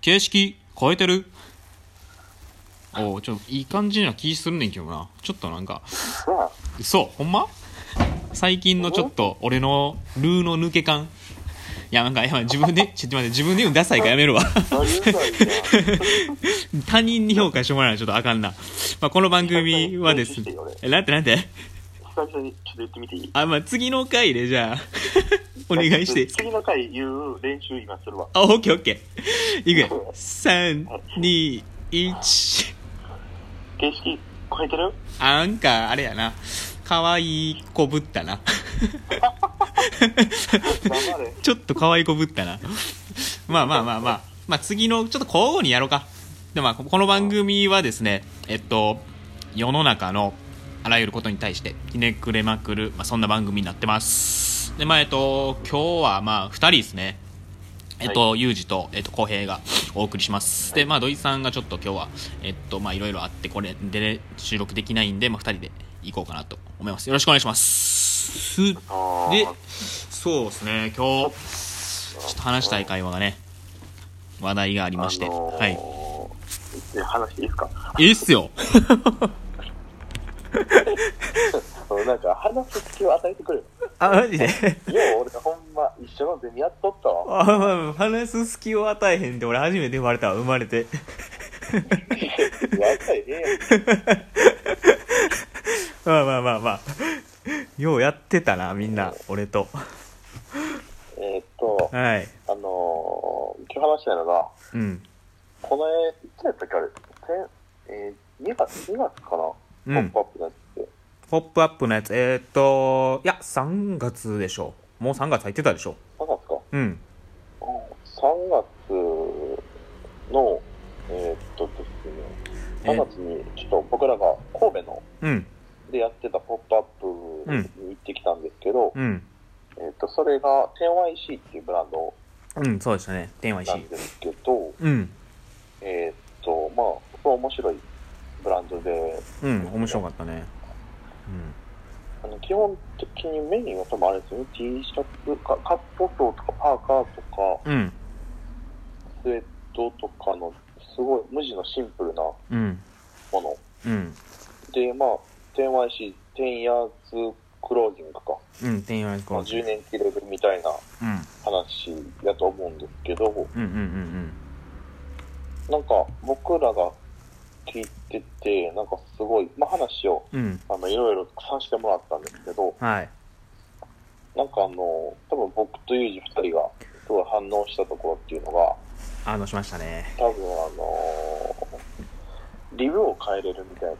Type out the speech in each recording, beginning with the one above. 形式変えてるおうちょいい感じな気するねんけどなちょっとなんかなあそうほんま最近のちょっと俺のルーの抜け感いやなんか今自分で ちょっと待って自分で言うんダサいからやめるわ 何言うた他人に評らいいな価してもらうのちょっとあかんな、まあ、この番組はですねえなんてなんて久々にちょっと言ってみていいあまあ次の回でじゃあ お願いしていいですか次の回言う練習今するわあオッケーオッケーいくよ321形式超えてるあなんかあれやな可愛い子ぶったな黙れちょっと可愛い子ぶったな。まあまあまあまあ。まあ次の、ちょっと交互にやろうか。でもまあ、ここの番組はですね、えっと、世の中のあらゆることに対してひねくれまくる、まあそんな番組になってます。で、まあえっと、今日はまあ二人ですね。えっと、ユージと、えっと、浩平がお送りします。で、まあ、土井さんがちょっと今日は、えっと、まあ、いろいろあって、これで収録できないんで、まあ、二人で行こうかなと思います。よろしくお願いします。あでー、そうですね、今日、ちょっと話したい会話がね、話題がありまして。あのーはい。で話していいですかいいっすよ。そのなんか話す気を与えてくれよあ、マジでよう俺がほんま一緒のゼミやっとったわあ、まあ、話す隙を与えへんって、俺初めて生まれたわ、生まれて。やったらええやんまあまあまあまあ。ようやってたな、みんな、俺と。えーっとはい。あのー、今日話したいのがうん。この絵いつやったっけあれせんえー、2月2月かな、うんポップアップのやつってポップアップのやつ、えー、っと、いや、3月でしょ。もう3月入ってたでしょ。 3月かうん。 3月のえー、っとですね3月にちょっと僕らが神戸のうん。でやってたポップアップに行ってきたんですけど、うん。えっと、それが 10YC っていうブランドうん、そうでしたね。天は石なん。ですけど、うん。えっと、まあ、すごい面白いブランドで、うん、面白かったね。うん。あの基本的にメニューは多分あれですよね、T シャツか、カットソーとかパーカーとか、うん。スウェットとかの、すごい無地のシンプルなもうん。の。うん。で、まあ、10YC、10ヤーズクロージングか、うん。天は石まあコーチ。 10年切れるみたいなうん。話やと思うんですけど、うんうんうんなんか僕らが聞いてて、なんかすごい、まあ、話をうん。うん。あのいろいろさせてもらったんですけど、はい。なんかあの、多分僕とユージ二人がすごい反応したところっていうのが、あの、しましたね。多分あのリブを変えれるみたいな。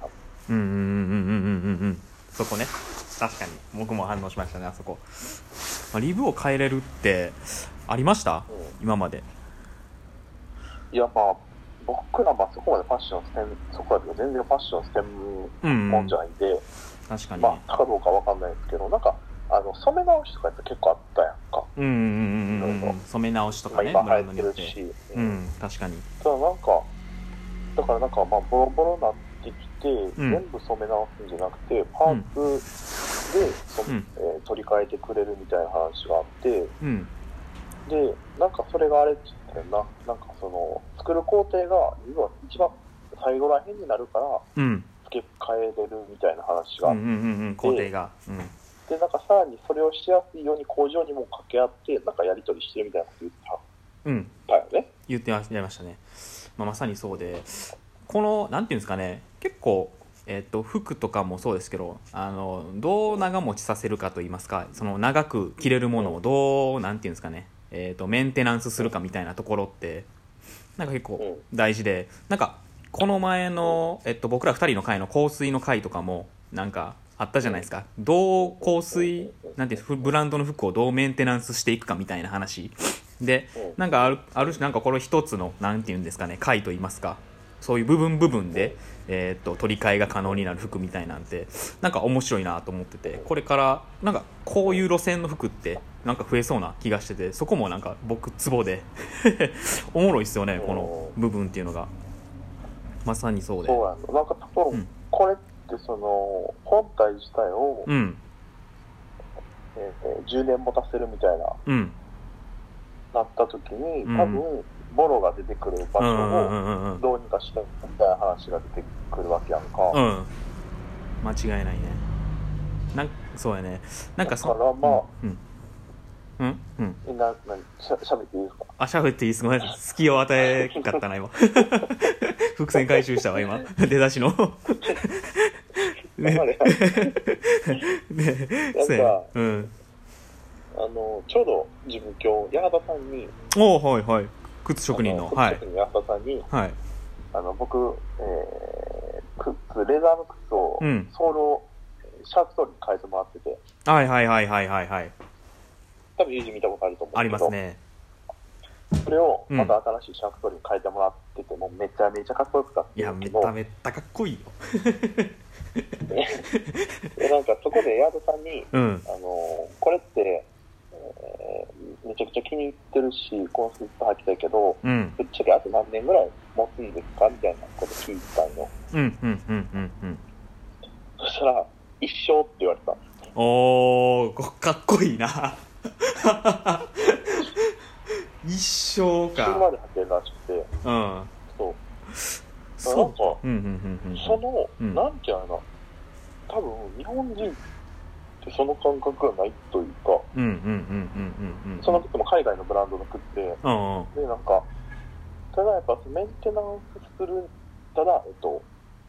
うんうんうんうんうんうんうん。そこね。確かに。僕も反応しましたね、あそこ。まあ、リブを変えれるって、ありましたう今まで。ん、いや、まあ、僕らまあそこまでファッション専、そこまでというか全然ファッション専うん、う門んじゃ。ないんで、確かに。まあ、あったかどうかわかんないですけど、なんか、あの、染め直しとかやっぱ結構あったやんか。うんうんうんうんうん。染め直しとまかあ、ね、今ブラ流ンド行っにてよっるて。し。うん、確かに。ただなんか、だからなんかまあボロボロになってきて、ん全部染め直すんじゃなくて、パーツでそ、うんえー取り替えてくれるみたいな話があって、うん。で、なんかそれがあれって言ってたよな、なんかその、作る工程が実は一番最後ら辺になるから、うん。付け替えれるみたいな話うが、んうんうんうん。工程が。うん。で、なんかさらにそれをしやすいように工場にも掛け合って、なんかやり取りしてみたいなこと言ってうん。たよね。言ってらっしゃいましたね、まあ、まさにそうでこのなんていうんですかね結構、えっと服とかもそうですけどあのどう長持ちさせるかと言いますかその長く着れるものをどうなんていうんですかね、えっとメンテナンスするかみたいなところってなんか結構大事でなんかこの前の、えっと、僕ら2人の会の香水の会とかもなんかあったじゃないですかどう香水なんていうんですブランドの服をどうメンテナンスしていくかみたいな話でうんなんかあるある種なんかこれ一つのなんていうんですかね回と言いますかそういう部分部分で、えーっと取り替えが可能になる服みたいなんてなんか面白いなと思っててこれからなんかこういう路線の服ってなんか増えそうな気がしててそこもなんか僕ツボで おもろいっすよねこの部分っていうのがまさにそうでそうやの。なんか多分、うんこれってその、本体自体を、うんえー10年持たせるみたいな、うんなった時に、うん多分、ボロが出てくる場う所んうんうをんうんうんどうにかしてみたいな話が出てくるわけやんか。うん間違いないねなんそうやねなんかそだからまあうんうんうんみんな、なにしゃ喋っていいですかあしゃべっていいですご めん隙を与えんかったな今伏線回収したわ 今出だしのねあれねそうやなんかねうんあの、ちょうど自分今日、矢田さんに、おおはいはい靴職人のあはい職人の矢田さんに、はいあの、僕、えー、靴、レザーの靴を、うんソールを、シャープソールに変えてもらってて、はいはいはいはいはいはい多分友人見たことあると思うんありですまけど、すねそれをうんまた新しいシャープソールに変えてもらってて、もうめちゃめちゃかっこよくたっていやめっためったかっこいいよでなんかそこで矢田さんに、うんあのこれって、えーめちゃくちゃ気に入ってるし、コンセプト履きたいけど、うんぶっちゃけあと何年ぐらい持つんですかみたいなこと聞いたんよ。うんうんうんうんうんそしたら、一生って言われた。おーこかっこいいな 一生死ぬかまで履けるらしくて、うんそう。そうかうんうんうんうんその、うんなんていうのかな、多分日本人ってその感覚がないというか、うんうんうんうんうんうんその時も海外のブランドの靴で、うんうんで、なんか、ただやっぱメンテナンスするんだったら、えっと、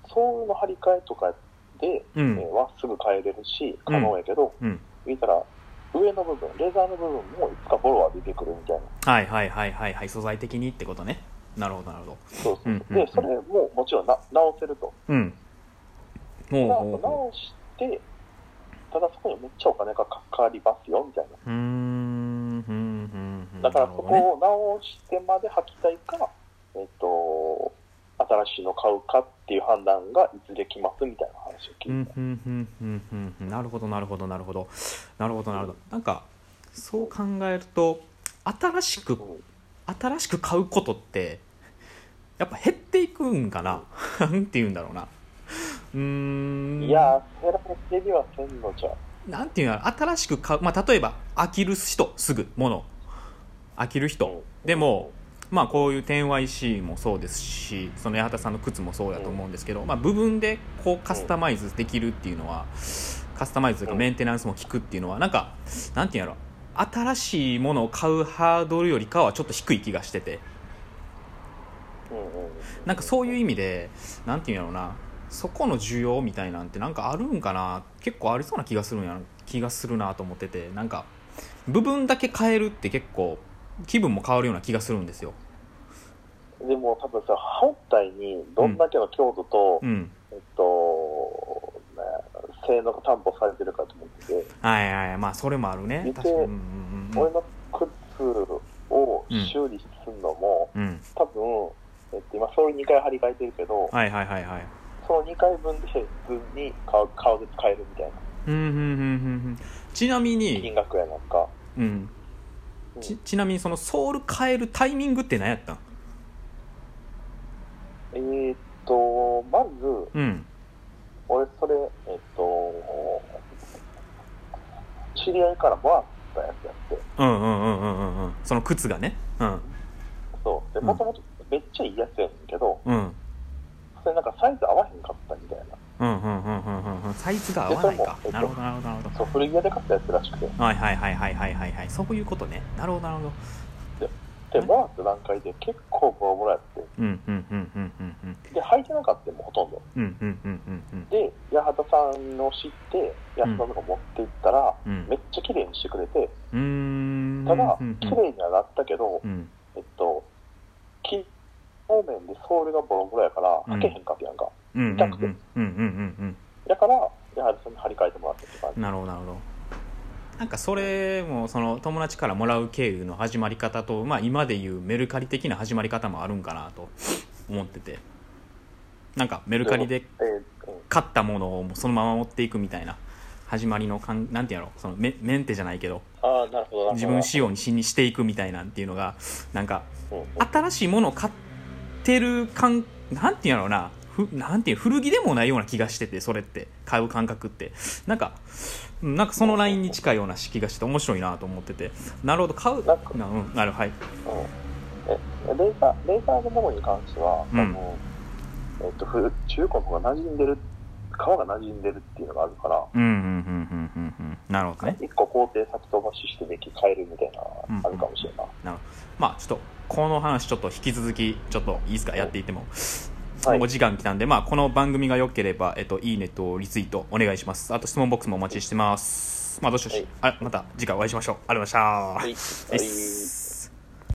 ソールの張り替えとかで、うえーんはすぐ変えれるし、可能やけど、うん見たら、上の部分、レザーの部分もいつかボロは出てくるみたいな。はいはいはいはいはい素材的にってことねなるほどなるほどそうそう。うんうんうんで、それももちろんな直せると。うんでおうおうお直して、ただそこにめっちゃお金がかかりますよ、みたいな。ううーんうんうんうんだからなそるこほどねを直してまで履きたいか、えっと、新しいの買うかっていう判断がいつできますみたいな話をう聞いんた。うんうんうんうんうんなるほどなるほどなるほどなるほどなるほどなんかそう考えると新しくうん新しく買うことってやっぱ減っていくんかな なんて言うんだろうなうーんいやー、減らせにはせんのじゃ。なんていうんだろう新しく買う、まあ、例えば飽きる人すぐもの飽きる人でもまあこういう 10YC もそうですしその八幡さんの靴もそうだと思うんですけど、まあ、部分でこうカスタマイズできるっていうのはカスタマイズというかうんメンテナンスも効くっていうのはなんかなんていうんやろ新しいものを買うハードルよりかはちょっと低い気がしててうんうん、なんかそういうう意味でなんていうんやろうなそこの需要みたいなんてなんかあるんかな結構ありそうな気がするんやな気がするなと思っててなんか部分だけ変えるって結構気分も変わるような気がするんですよでも多分さ、本体にどんだけの強度と、うんえっと、ね性能が担保されてるかと思ってて、はいはいはいまあそれもあるね見て確かにうんうんう俺んの靴を修理するのも、うん多分、えっと、今、それ2回張り替えてるけど、はいはいはいはいその2回分で普通に顔顔で使えるみたいなうんうんうんうんうんちなみに金額やなんか、うんうんちちなみにそのソール変えるタイミングって何やったんえーっと、まず、うん俺、それ、えっと、知り合いからもらったやつやって、うんうんうんうんうんうんその靴がねうんそう。で、うんもともとめっちゃいいやつやねんけど、うんそれなんかサイズ合わへんかったみたいな。うんうんうんうんうんうんサイズが合わないかでなそるほれもどなるほどなるほそう、古着屋で買ったやつらしくて。どはいはいはいはいはいはいはいそういうことねなるほどなるほどで、もらった段階で結構ボロボロやって、うんうんうんうんうんうんで、履いてなかったよもうほとんど。うんうんうんうんで、八幡さんの知って、八幡さんのとこ持って行ったら、うんうんめっちゃ綺麗にしてくれて、うーんただう、ん綺麗にはなったけどう、んえっと、き方面でソールがボロボロやから、うん履けへんかったやんか。うんうんうんうん痛くてうんうんだから、八幡さんに張り替えてもらったって感うんなるほどなるほどなんかそれもその友達からもらう経由の始まり方と、まあ、今でいうメルカリ的な始まり方もあるんかなと思っててなんかメルカリでじ。えーうん買ったものをもうそのまま持っていくみたいな始まりのかんなんていうのそのメメンテじゃないけどああ、なるほど、なるほど。自分仕様にしにしていくみたいなんていうのがなんかうんうん新しいものを買ってる感なんていうんやろうなふなんていう古着でもないような気がしててそれって買う感覚ってなんかうんなんかそのラインに近いような気がして面白いなと思っててなるほど買うなんかなうんなるはいうんレーザー、レーザーのものに関しては、うんあの、えっと、ふ中古の方が馴染んでる、皮が馴染んでるっていうのがあるから、うんうんうんうんうんうんなるほどね一個工程先飛ばししてでき変えるみたいな、あるかもしれない。まあちょっとこの話ちょっと引き続きちょっといいですかやっていっても、はいお時間来たんでまあこの番組が良ければえっといいねとリツイートお願いしますあと質問ボックスもお待ちしてますまあどうしよし、あまた次回お会いしましょうありがとうございました、はい。です